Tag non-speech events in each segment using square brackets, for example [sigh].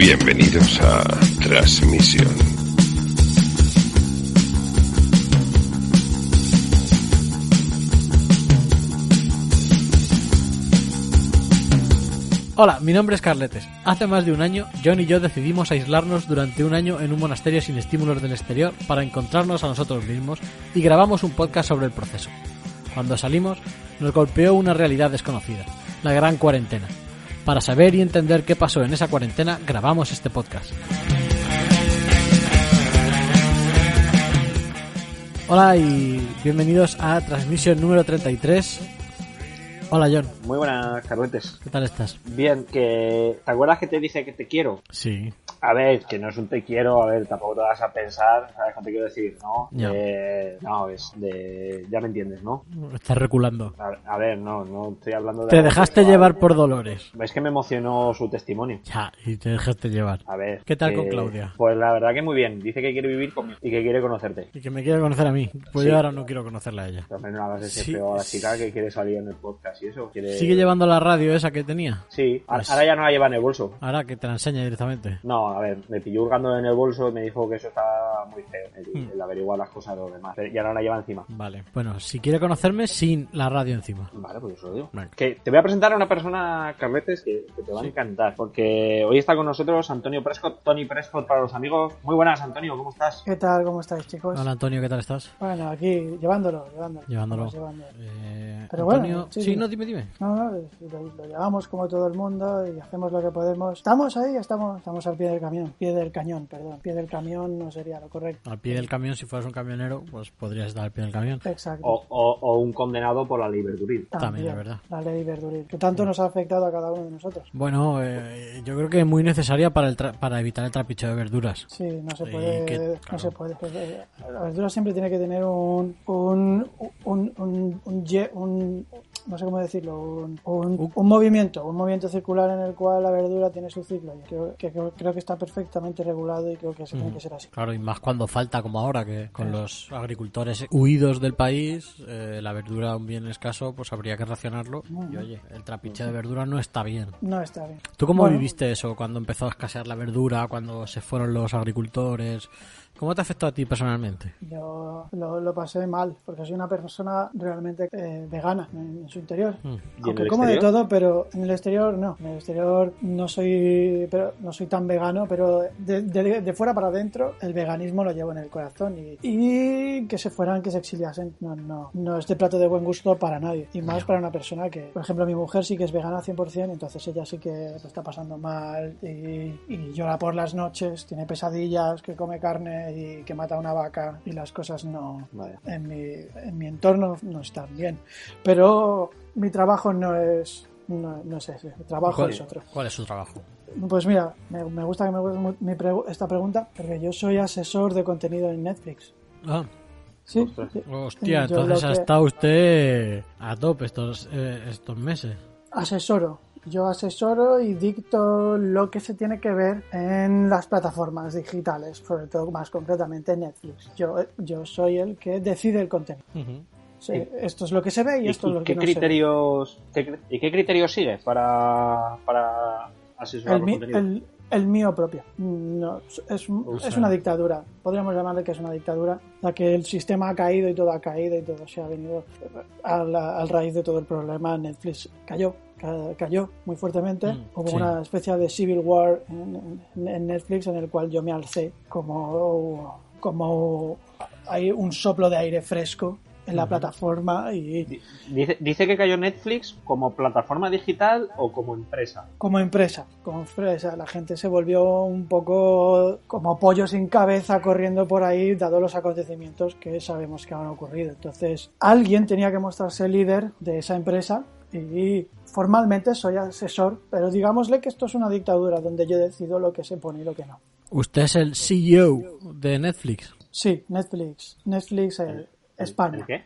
Bienvenidos a Transmisión. Hola, mi nombre es Carletes. Hace más de un año, John y yo decidimos aislarnos durante un año en un monasterio sin estímulos del exterior para encontrarnos a nosotros mismos y grabamos un podcast sobre el proceso. Cuando salimos, nos golpeó una realidad desconocida, la gran cuarentena. Para saber y entender qué pasó en esa cuarentena, grabamos este podcast. Hola y bienvenidos a transmisión número 33. Hola John, Muy buenas, Carletes. ¿qué tal estás? Bien, que. ¿Te acuerdas que te dije que te quiero? Sí, A ver, que no es un te quiero, a ver, tampoco te vas a pensar, ¿sabes qué te quiero decir, no? Ya. Eh, no, es de. Ya me entiendes, ¿no? estás reculando. A, a ver, no, no estoy hablando de. Te algo dejaste sexual. llevar por Dolores. Es que me emocionó su testimonio. Ya, y te dejaste llevar. A ver. ¿Qué tal que- con Claudia? Pues la verdad que muy bien. Dice que quiere vivir conmigo y que quiere conocerte. Y que me quiere conocer a mí. Pues Sí. yo ahora no quiero conocerla a ella. Entonces no hagas ese Sí, feo a la sí. chica que quiere salir en el podcast y eso. Quiere... ¿Sigue llevando la radio esa que tenía? Sí, a- Pues- ahora ya no la lleva en el bolso. Ahora que te la enseña directamente. No, a ver, me pilló hurgando en el bolso y me dijo que eso está muy feo, el, el averiguar las cosas de los demás. Pero ya no la lleva encima. Vale. Bueno, si quiere conocerme sin la radio encima. Vale, pues eso lo digo. Venga. Que te voy a presentar a una persona, Carletes, que, que te va a encantar. Porque hoy está con nosotros Antonio Prescott, Tony Prescott para los amigos. Muy buenas, Antonio, ¿cómo estás? ¿Qué tal? ¿Cómo estáis, chicos? Hola Antonio, ¿qué tal estás? Bueno, aquí llevándolo, llevándolo. Llevándolo. Vamos llevándolo. Eh, Pues Pero bueno, Antonio, sí, sí, sí. no, dime, dime. No, no, lo, lo llevamos como todo el mundo y hacemos lo que podemos. Estamos ahí, estamos, estamos al pie del camión, pie del cañón, perdón, pie del camión no sería lo correcto. Al pie del camión, si fueras un camionero, pues podrías estar al pie del camión. Exacto. O, o- o un condenado por la libertad. Oh, También, la verdad. La ley verduril, que tanto nos ha afectado a cada uno de nosotros. Bueno, eh, yo creo que es muy necesaria para, el tra- para evitar el trapicheo de verduras. Sí, no se Y puede. que, claro. No se puede. Eh, La verdura siempre tiene que tener un. un. un. un. un, ye- un- no sé cómo decirlo, un, un- Un- un movimiento, un movimiento circular en el cual la verdura tiene su ciclo. Y creo, que, que- creo que está perfectamente regulado y creo que eso tiene que ser así. Claro, y más cuando falta, como ahora, que con los agricultores huidos del país, eh, la verdura un bien escaso, pues habría que racionarlo. Y oye, el trapiche de verdura no está bien. No está bien. ¿Tú cómo Pues Bueno. viviste eso cuando empezó a escasear la verdura, cuando se fueron los agricultores? ¿Cómo te afectó a ti personalmente? Yo lo, lo pasé mal, porque soy una persona realmente eh, vegana en, en su interior. el Aunque como de exterior? todo, pero en el exterior no. En el exterior no soy, pero no soy tan vegano, pero de, de- de fuera para adentro el veganismo lo llevo en el corazón y, y que se fueran, que se exiliasen, no, no, no es de plato de buen gusto para nadie. Y más para una persona que, por ejemplo, mi mujer sí que es vegana 100%, entonces ella sí que lo está pasando mal y, y llora por las noches, tiene pesadillas, que come carne y que mata a una vaca y las cosas no, Vale. en mi, en mi entorno no están bien. Pero mi trabajo no es, no, no es ese, mi trabajo ¿Cuál, es otro. cuál es su trabajo? Pues mira, me, me gusta que me hagas mu- mi pregu- esta pregunta, porque yo soy asesor de contenido en Netflix. Ah, Sí, Ostras. sí, hostia, Yo lo entonces ha que- estado usted a tope estos, eh, estos meses. asesoro. Yo asesoro y dicto lo que se tiene que ver en las plataformas digitales, sobre todo más concretamente Netflix. Yo, yo soy el que decide el contenido. Sí, Sí. esto es lo que se ve y, ¿Y, esto es y lo que qué no se ve. criterios, qué cri- ¿Y qué criterios sigues para, para asesorar el, los mi- contenidos? el- el mío propio. No, es, Usa. es una dictadura. Podríamos llamarle que es una dictadura, la que el sistema ha caído y todo ha caído y todo se ha venido a la- al raíz de todo el problema. Netflix cayó, ca- cayó muy fuertemente. Mm, Hubo sí. una especie de civil war en, en- en Netflix en el cual yo me alcé como, como hay un soplo de aire fresco en la plataforma y Di- Dice, dice que cayó Netflix como plataforma digital o como empresa. como empresa, como empresa, la gente se volvió un poco como pollo sin cabeza corriendo por ahí, dado los acontecimientos que sabemos que han ocurrido. Entonces, alguien tenía que mostrarse líder de esa empresa Y formalmente soy asesor, pero digámosle que esto es una dictadura donde yo decido lo que se pone y lo que no. Usted es el CEO de Netflix, Sí, Netflix. Netflix eh, España. ¿El qué?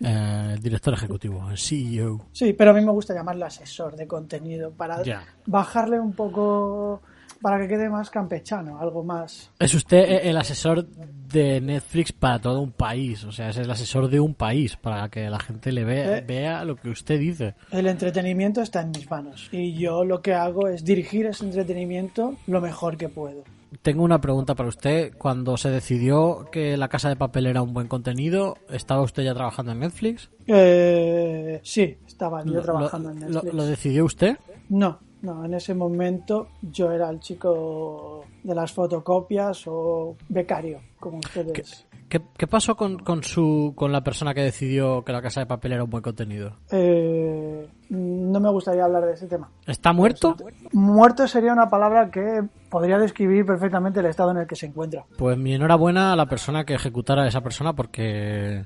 eh, el director ejecutivo, el E CEO. Sí, pero a mí me gusta llamarlo asesor de contenido para Ya. bajarle un poco para que quede más campechano, algo más. Es usted e- el asesor de Netflix para todo un país, o sea, es el asesor de un país para que la gente le vea, Eh. vea lo que usted dice. El entretenimiento está en mis manos y yo lo que hago es dirigir ese entretenimiento lo mejor que puedo. Tengo una pregunta para usted. Cuando se decidió que La Casa de Papel era un buen contenido, ¿estaba usted ya trabajando en Netflix? Eh, sí, estaba yo Lo- trabajando lo- en lo- Netflix. ¿Lo decidió usted? No, no, en ese momento yo era el chico de las fotocopias o becario, como ustedes. ¿Qué, qué pasó con, con su, con la persona que decidió que la casa de papel era un buen contenido? Eh, no me gustaría hablar de ese tema. ¿Está muerto? Pues Muerto sería una palabra que podría describir perfectamente el estado en el que se encuentra. Pues mi enhorabuena a la persona que ejecutara a esa persona porque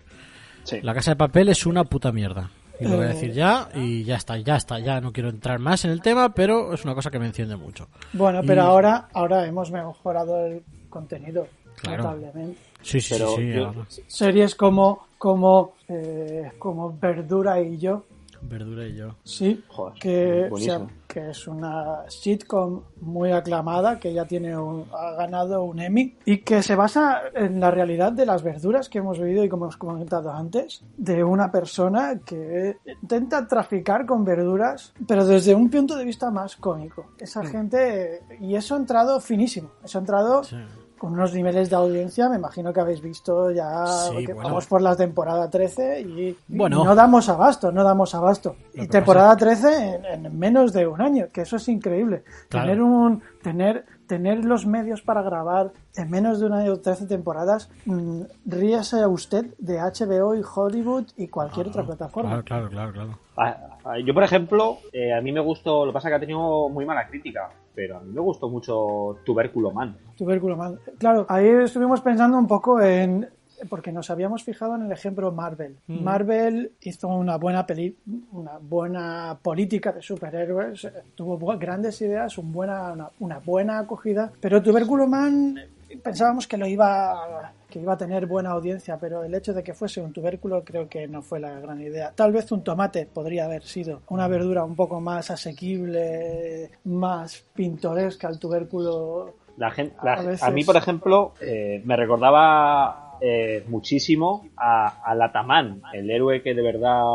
Sí. la casa de papel es una puta mierda. Y lo voy a decir ya y ya está, ya está, ya no quiero entrar más en el tema, pero es una cosa que me enciende mucho. Bueno, pero Y- ahora, ahora hemos mejorado el contenido Claro. notablemente. Sí, sí, Pero sí. sí, yo- ahora. Series como, como, eh, como Verdura y yo, Verdura y yo. Sí, Joder, que, buenísimo. o sea, que es una sitcom muy aclamada, que ya tiene un- ha ganado un Emmy y que se basa en la realidad de las verduras que hemos vivido y como hemos comentado antes, de una persona que intenta traficar con verduras, pero desde un punto de vista más cómico. Mm. Esa gente, y eso ha entrado finísimo, eso ha entrado... Sí. Con unos niveles de audiencia, me imagino que habéis visto ya Sí, que bueno. vamos por la temporada 13 y Bueno. no damos abasto, no damos abasto. Lo Y que temporada 13 en, en menos de un año, que eso es increíble. Claro. Tener un tener tener los medios para grabar en menos de un año 13 temporadas, mm, ríase usted de HBO y Hollywood y cualquier Ah, otra plataforma. Claro, claro, claro, claro. Ah, ah, Yo, por ejemplo, eh, a mí me gustó, lo que pasa es que ha tenido muy mala crítica, pero a mí me gustó mucho Tubérculo Man. Tubérculo mal. Claro, ahí estuvimos pensando un poco en. Porque nos habíamos fijado en el ejemplo Marvel. Marvel hizo una buena peli, una buena política de superhéroes, eh, tuvo bu- grandes ideas, un buena, una, una buena acogida. Pero Tubérculo Man eh, pensábamos que lo iba, que iba a tener buena audiencia, pero el hecho de que fuese un tubérculo creo que no fue la gran idea. Tal vez un tomate podría haber sido una verdura un poco más asequible, más pintoresca al tubérculo La gente, A veces. a mí, por ejemplo, eh, me recordaba eh, muchísimo a, a Latamán, el héroe que de verdad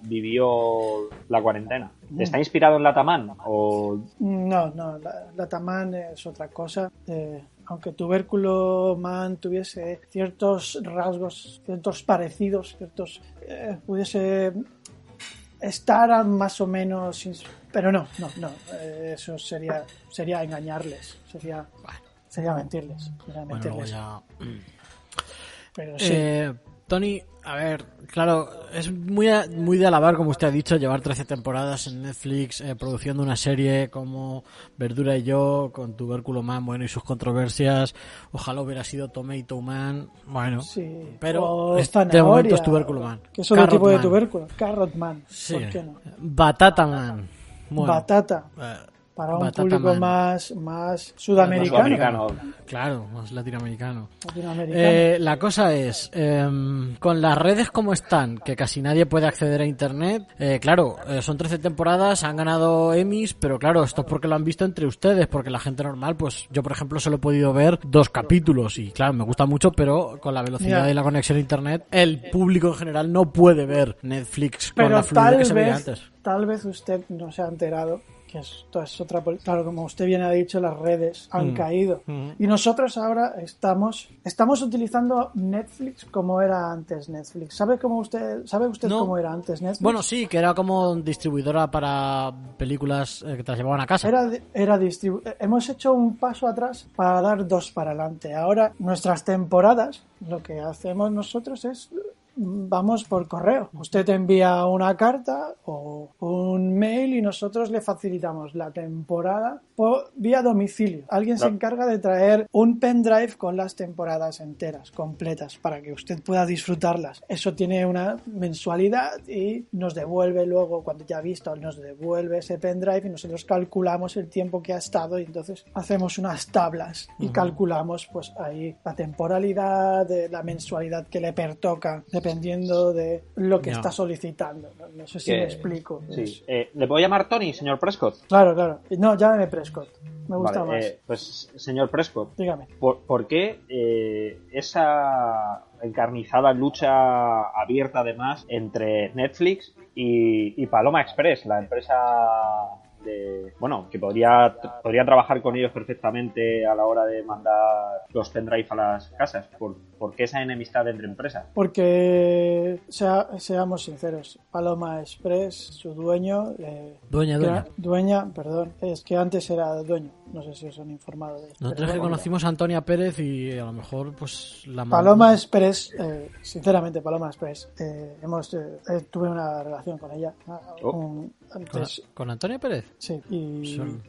vivió la cuarentena. Mm. ¿Está inspirado en Latamán? O No, no, la, la Tamán es otra cosa. Eh, aunque Tubérculo Man tuviese ciertos rasgos, ciertos parecidos, ciertos. eh, pudiese estar más o menos. ins- Pero no, no, no. eh, eso sería, sería engañarles. Sería, sería mentirles. Sería Bueno, luego mentirles. ya Pero sí. Eh, Tony, a ver, claro, es muy, a- muy de alabar, como usted ha dicho, llevar 13 temporadas en Netflix, eh, produciendo una serie como Verdura y yo, con Tubérculo Man, bueno, y sus controversias. Ojalá hubiera sido Tomato Man, bueno. sí. pero O es- de zanahoria, momento es Tubérculo Man. Que es otro Carrot tipo de Man. tubérculo. Carrot Man. Sí. ¿Por qué no? Batata Man. Bueno, Batata. eh, Para un Batata público Man. más, más sudamericano. Sudamericano. Claro, más latinoamericano. Latinoamericano. Eh, la cosa es, em, con las redes como están, que casi nadie puede acceder a Internet, eh, claro, eh, son 13 temporadas, han ganado Emmys, pero claro, esto es porque lo han visto entre ustedes, porque la gente normal, pues yo por ejemplo solo he podido ver dos capítulos y claro, me gusta mucho, pero con la velocidad Ya. y la conexión a Internet, el público en general no puede ver Netflix con Pero la fluidez tal que se veía vez, antes. tal vez usted no se ha enterado que esto es otra... pol- Claro, como usted bien ha dicho, las redes han Mm. caído. Y nosotros ahora estamos, estamos utilizando Netflix como era antes Netflix. ¿Sabe, cómo usted, ¿sabe usted No. cómo era antes Netflix? Bueno, sí, que era como distribuidora para películas eh, que te las llevaban a casa. Era, era distribu- eh, Hemos hecho un paso atrás para dar dos para adelante. Ahora, nuestras temporadas, lo que hacemos nosotros es mm, vamos por correo. Usted envía una carta o un mail y nosotros le facilitamos la temporada por, vía domicilio. Alguien se Claro. encarga de traer un pendrive con las temporadas enteras, completas, para que usted pueda disfrutarlas. Eso tiene una mensualidad y nos devuelve luego, cuando ya ha visto, nos devuelve ese pendrive y nosotros calculamos el tiempo que ha estado y entonces hacemos unas tablas y calculamos pues ahí la temporalidad, eh, la mensualidad que le pertoca, dependiendo de lo que Ya. está solicitando. No, No sé si Que- me explico. Sí. Eh, ¿Le puedo llamar Tony, señor Prescott? Claro, claro. No, llámeme Prescott. Me gusta Vale, más. eh, pues, señor Prescott, Dígame. ¿Por, por qué eh, esa encarnizada lucha abierta además entre Netflix y, y Paloma Express, la empresa de, bueno, que podría, podría trabajar con ellos perfectamente a la hora de mandar los pendrive a las casas? ¿Por, por qué esa enemistad entre empresas? Porque, sea- seamos sinceros, Paloma Express, su dueño, eh, Dueña, que dueña. era- dueña, perdón, es que antes era dueño, no sé si os han informado de esto. Nosotros que conocimos a Antonia Pérez y a lo mejor pues la mamá- Paloma Express, eh, sinceramente, Paloma Express, eh, hemos, eh, eh, tuve una relación con ella ah, Oh. un- ¿Con, antes, con Antonia Pérez? sí, y Son-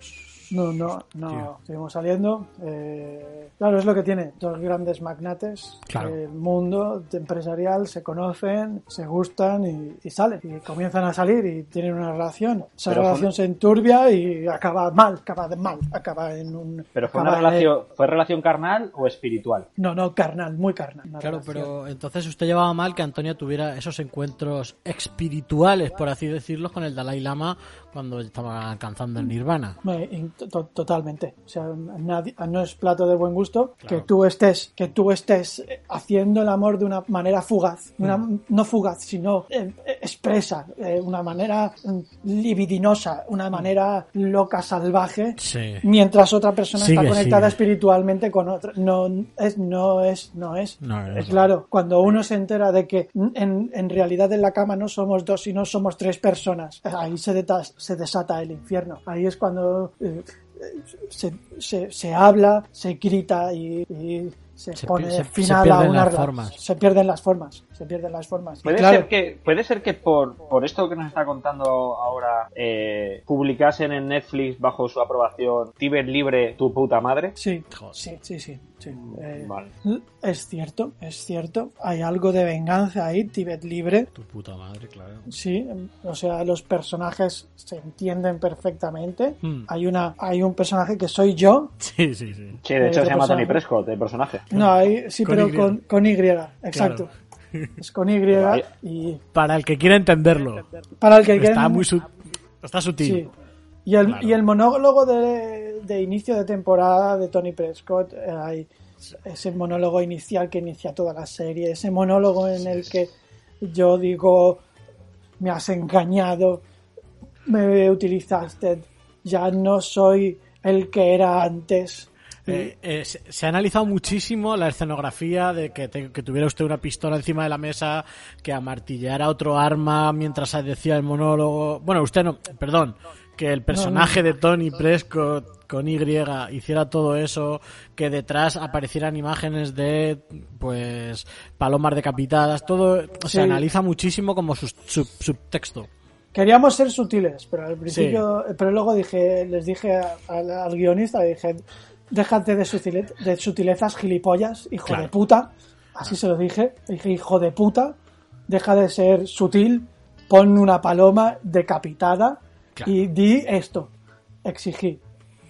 Mm, no, no, Tío. no, seguimos saliendo. eh, claro, es lo que tiene, dos grandes magnates Claro. del mundo empresarial se conocen, se gustan y, y salen, y comienzan a salir y tienen una relación. Esa Pero fue- relación se enturbia y acaba mal, acaba de mal, acaba en un... ¿Pero fue una acaba en- relación, fue relación carnal o espiritual? No, no, carnal, muy carnal. una Claro, relación. pero entonces usted llevaba mal que Antonia tuviera esos encuentros espirituales, por así decirlo, con el Dalai Lama cuando estaba alcanzando el nirvana. Eh, in- to- Totalmente. O sea, nadie- no es plato de buen gusto Claro. que tú estés, que tú estés eh, haciendo el amor de una manera fugaz, de una- Mm. no fugaz, sino eh, eh, expresa, eh, una manera mm, libidinosa, Mm. una manera loca, salvaje. Sí. Mientras otra persona Sigue, está conectada sigue. espiritualmente con otra, no es, no es, no es. No, Eh, es- claro, cuando uno se entera de que en, en realidad en la cama no somos dos, sino somos tres personas, ahí se, deta- se desata el infierno. Ahí es cuando eh, eh, se, se- se habla, se grita y, y se, Se pone pi- se- final se a pierden una las rela- formas. Se pierden las formas, se pierden las formas. Y Puede, claro, ser que, puede ser que por, por esto que nos está contando ahora eh, publicasen en Netflix bajo su aprobación Tíber Libre, tu puta madre. Sí, Joder. sí, sí, sí. sí. Eh, Mm, Vale. Es cierto, es cierto. Hay algo de venganza ahí, Tibet libre. Tu puta madre, claro. Sí, o sea, los personajes se entienden perfectamente. Hmm. Hay una, hay un personaje que soy yo. Sí, sí, sí. Sí, de hecho Eh, se llama personaje. Tony Prescott, el personaje. No, hay, sí, Con pero Y. con, con Y, exacto. Es con Y hay- y Para el que quiera entenderlo. para el que Está quiera- muy su- está sutil. Sí. Y el, Claro. y el monólogo de, de inicio de temporada de Tony Prescott, eh, hay ese monólogo inicial que inicia toda la serie, ese monólogo en el que yo digo, me has engañado, me utilizaste, ya no soy el que era antes. Eh, eh, se, se ha analizado muchísimo la escenografía de que, te- que tuviera usted una pistola encima de la mesa, que amartillara otro arma mientras decía el monólogo. Bueno, usted no, perdón, que el personaje de Tony Prescott con Y hiciera todo eso, que detrás aparecieran imágenes de, pues, palomas decapitadas, todo Sí. se analiza muchísimo como sus- sub- subtexto. Queríamos ser sutiles, pero al principio, pero luego dije, les dije a- al, al guionista, le dije, déjate de, sutile- de sutilezas, gilipollas, hijo Claro. de puta. Así se lo dije, Le dije, hijo de puta, deja de ser sutil, pon una paloma decapitada Claro. y di esto, exigí.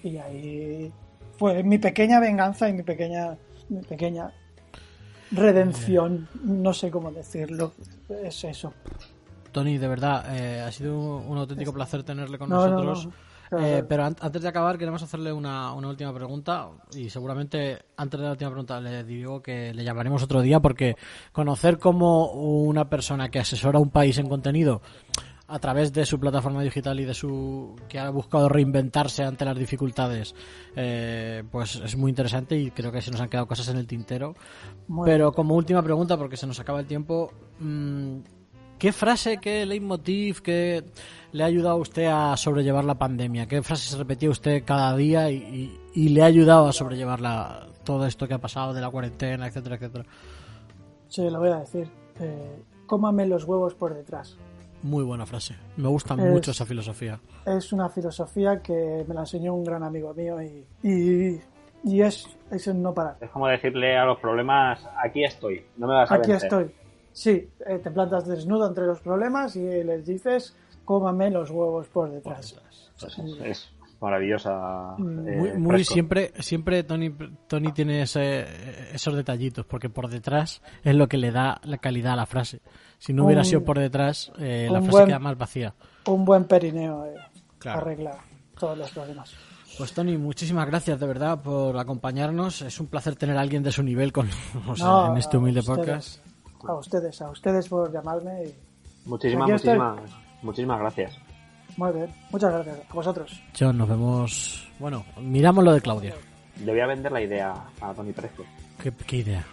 Y ahí fue mi pequeña venganza y mi pequeña, mi pequeña redención, no sé cómo decirlo, es eso. Tony, de verdad, eh, ha sido un auténtico placer tenerle con No, no, nosotros. no. Eh, Claro. pero an- antes de acabar, queremos hacerle una, una última pregunta. Y seguramente, antes de la última pregunta, le digo que le llamaremos otro día porque conocer cómo una persona que asesora un país en contenido a través de su plataforma digital y de su que ha buscado reinventarse ante las dificultades, eh, pues es muy interesante y creo que se nos han quedado cosas en el tintero. Muy Pero como última pregunta, porque se nos acaba el tiempo, mm, ¿qué frase, qué leitmotiv, qué le ha ayudado a usted a sobrellevar la pandemia? ¿Qué frase se repetía usted cada día y, y- y le ha ayudado a sobrellevar la- todo esto que ha pasado de la cuarentena, etcétera, etcétera? Sí, lo voy a decir. Eh, cómame los huevos por detrás. Muy buena frase. Me gusta Es- mucho esa filosofía. Es una filosofía que me la enseñó un gran amigo mío y, y, y es, es el no parar. Es como decirle a los problemas, aquí estoy, no me vas a Aquí vencer. estoy. Sí, eh, te plantas desnudo entre los problemas y les dices, cómame los huevos por detrás. Pues es, es maravillosa. eh, Muy, muy fresco. siempre, siempre Tony, Tony tiene ese- esos detallitos, porque por detrás es lo que le da la calidad a la frase. Si no hubiera Un- sido por detrás, eh, la un frase buen- queda más vacía. Un buen perineo eh, Claro. arregla todos los problemas. Pues Tony, muchísimas gracias de verdad por acompañarnos. Es un placer tener a alguien de su nivel con [laughs] o sea, No, en este a humilde ustedes. podcast. A ustedes, a ustedes por llamarme y Muchísimas, Aquí estoy. muchísimas, muchísimas gracias. muy bien. Muchas gracias a vosotros. John, nos vemos. Bueno, miramos lo de Claudia. Le voy a vender la idea a Tony Precio. ¿Qué, qué idea?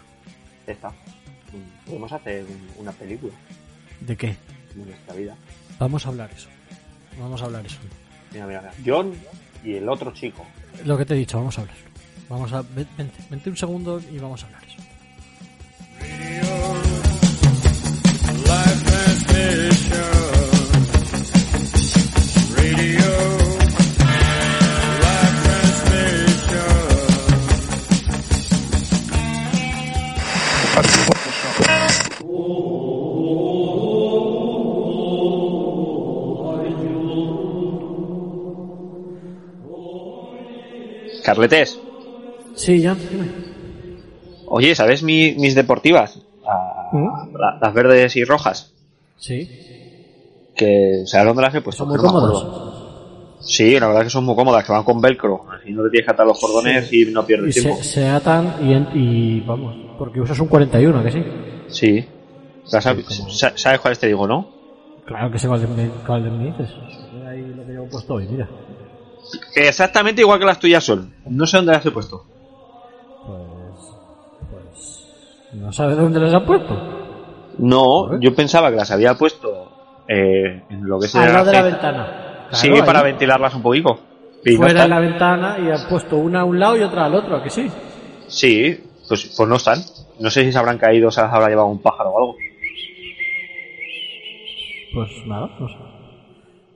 Esta. Mm, Podemos hacer un- una película ¿De qué? de nuestra vida. Vamos a hablar eso. Vamos a hablar eso. Mira, mira, mira. John y el otro chico. Lo que te he dicho, vamos a hablar. Vamos a. ve- Vente, vente un segundo y vamos a hablar eso. Carletes, Sí, John, oye, ¿sabes mi- mis deportivas? Ah, ¿Mm? la- las verdes y rojas. Sí, Que, o sea, ¿dónde las he puesto? son muy No me acuerdo. cómodos. Sí, la verdad que son muy cómodas, que van con velcro. Así no te tienes que atar los cordones y no Y pierdes tiempo. se, se atan y, en- y vamos, porque usas un 41, que sí. Sí. Las has- Sí, como- sa- ¿Sabes cuáles te digo, no? Claro que sé cuál de, cuál de mí dices. Ahí lo que llevo puesto hoy, mira. Exactamente igual que las tuyas son. No sé dónde las he puesto. Pues. Pues. No sabes dónde les han puesto. A No, ver. yo pensaba que las había puesto eh, en lo que es el Al lado de Ah, la garaje. ventana. Sí, Claro, para ahí. ventilarlas un poquito. Y no Fuera de están. la ventana y han puesto una a un lado y otra al otro, ¿a que sí. Sí, pues, pues no están. No sé si se habrán caído, o se las habrá llevado un pájaro o algo. Pues nada, no sé.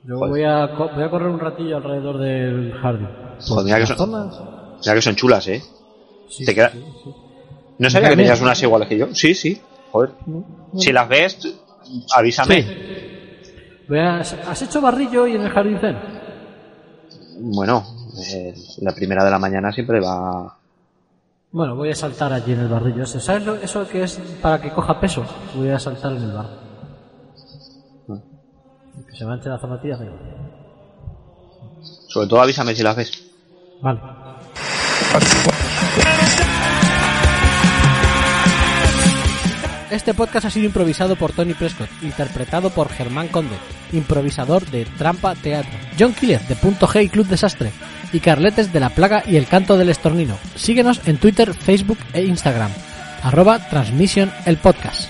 Yo Joder. voy a, co- voy a correr un ratillo alrededor del jardín. Joder, Pues mira que Las son- zonas- Ya que son chulas, ¿eh? sí, te sí, queda- sí, sí. No sabía Realmente. que tenías unas iguales que yo. Sí, sí. Joder. Si las ves, avísame. Sí. Voy a- ¿Has hecho barrillo y en el jardín zen? Bueno, eh, la primera de la mañana siempre va... Bueno, voy a saltar allí en el barrillo ese. ¿Sabes lo- eso que es para que coja peso? Voy a saltar en el bar. Mm. Que se manche las zapatillas. da igual. Sobre todo avísame si las ves. Vale. Este podcast ha sido improvisado por Tony Prescott, interpretado por Germán Conde, improvisador de Trampa Teatro, John Killez de Punto G y Club Desastre, y Carletes de La Plaga y El Canto del Estornino. Síguenos en Twitter, Facebook e Instagram. Arroba Transmission el podcast.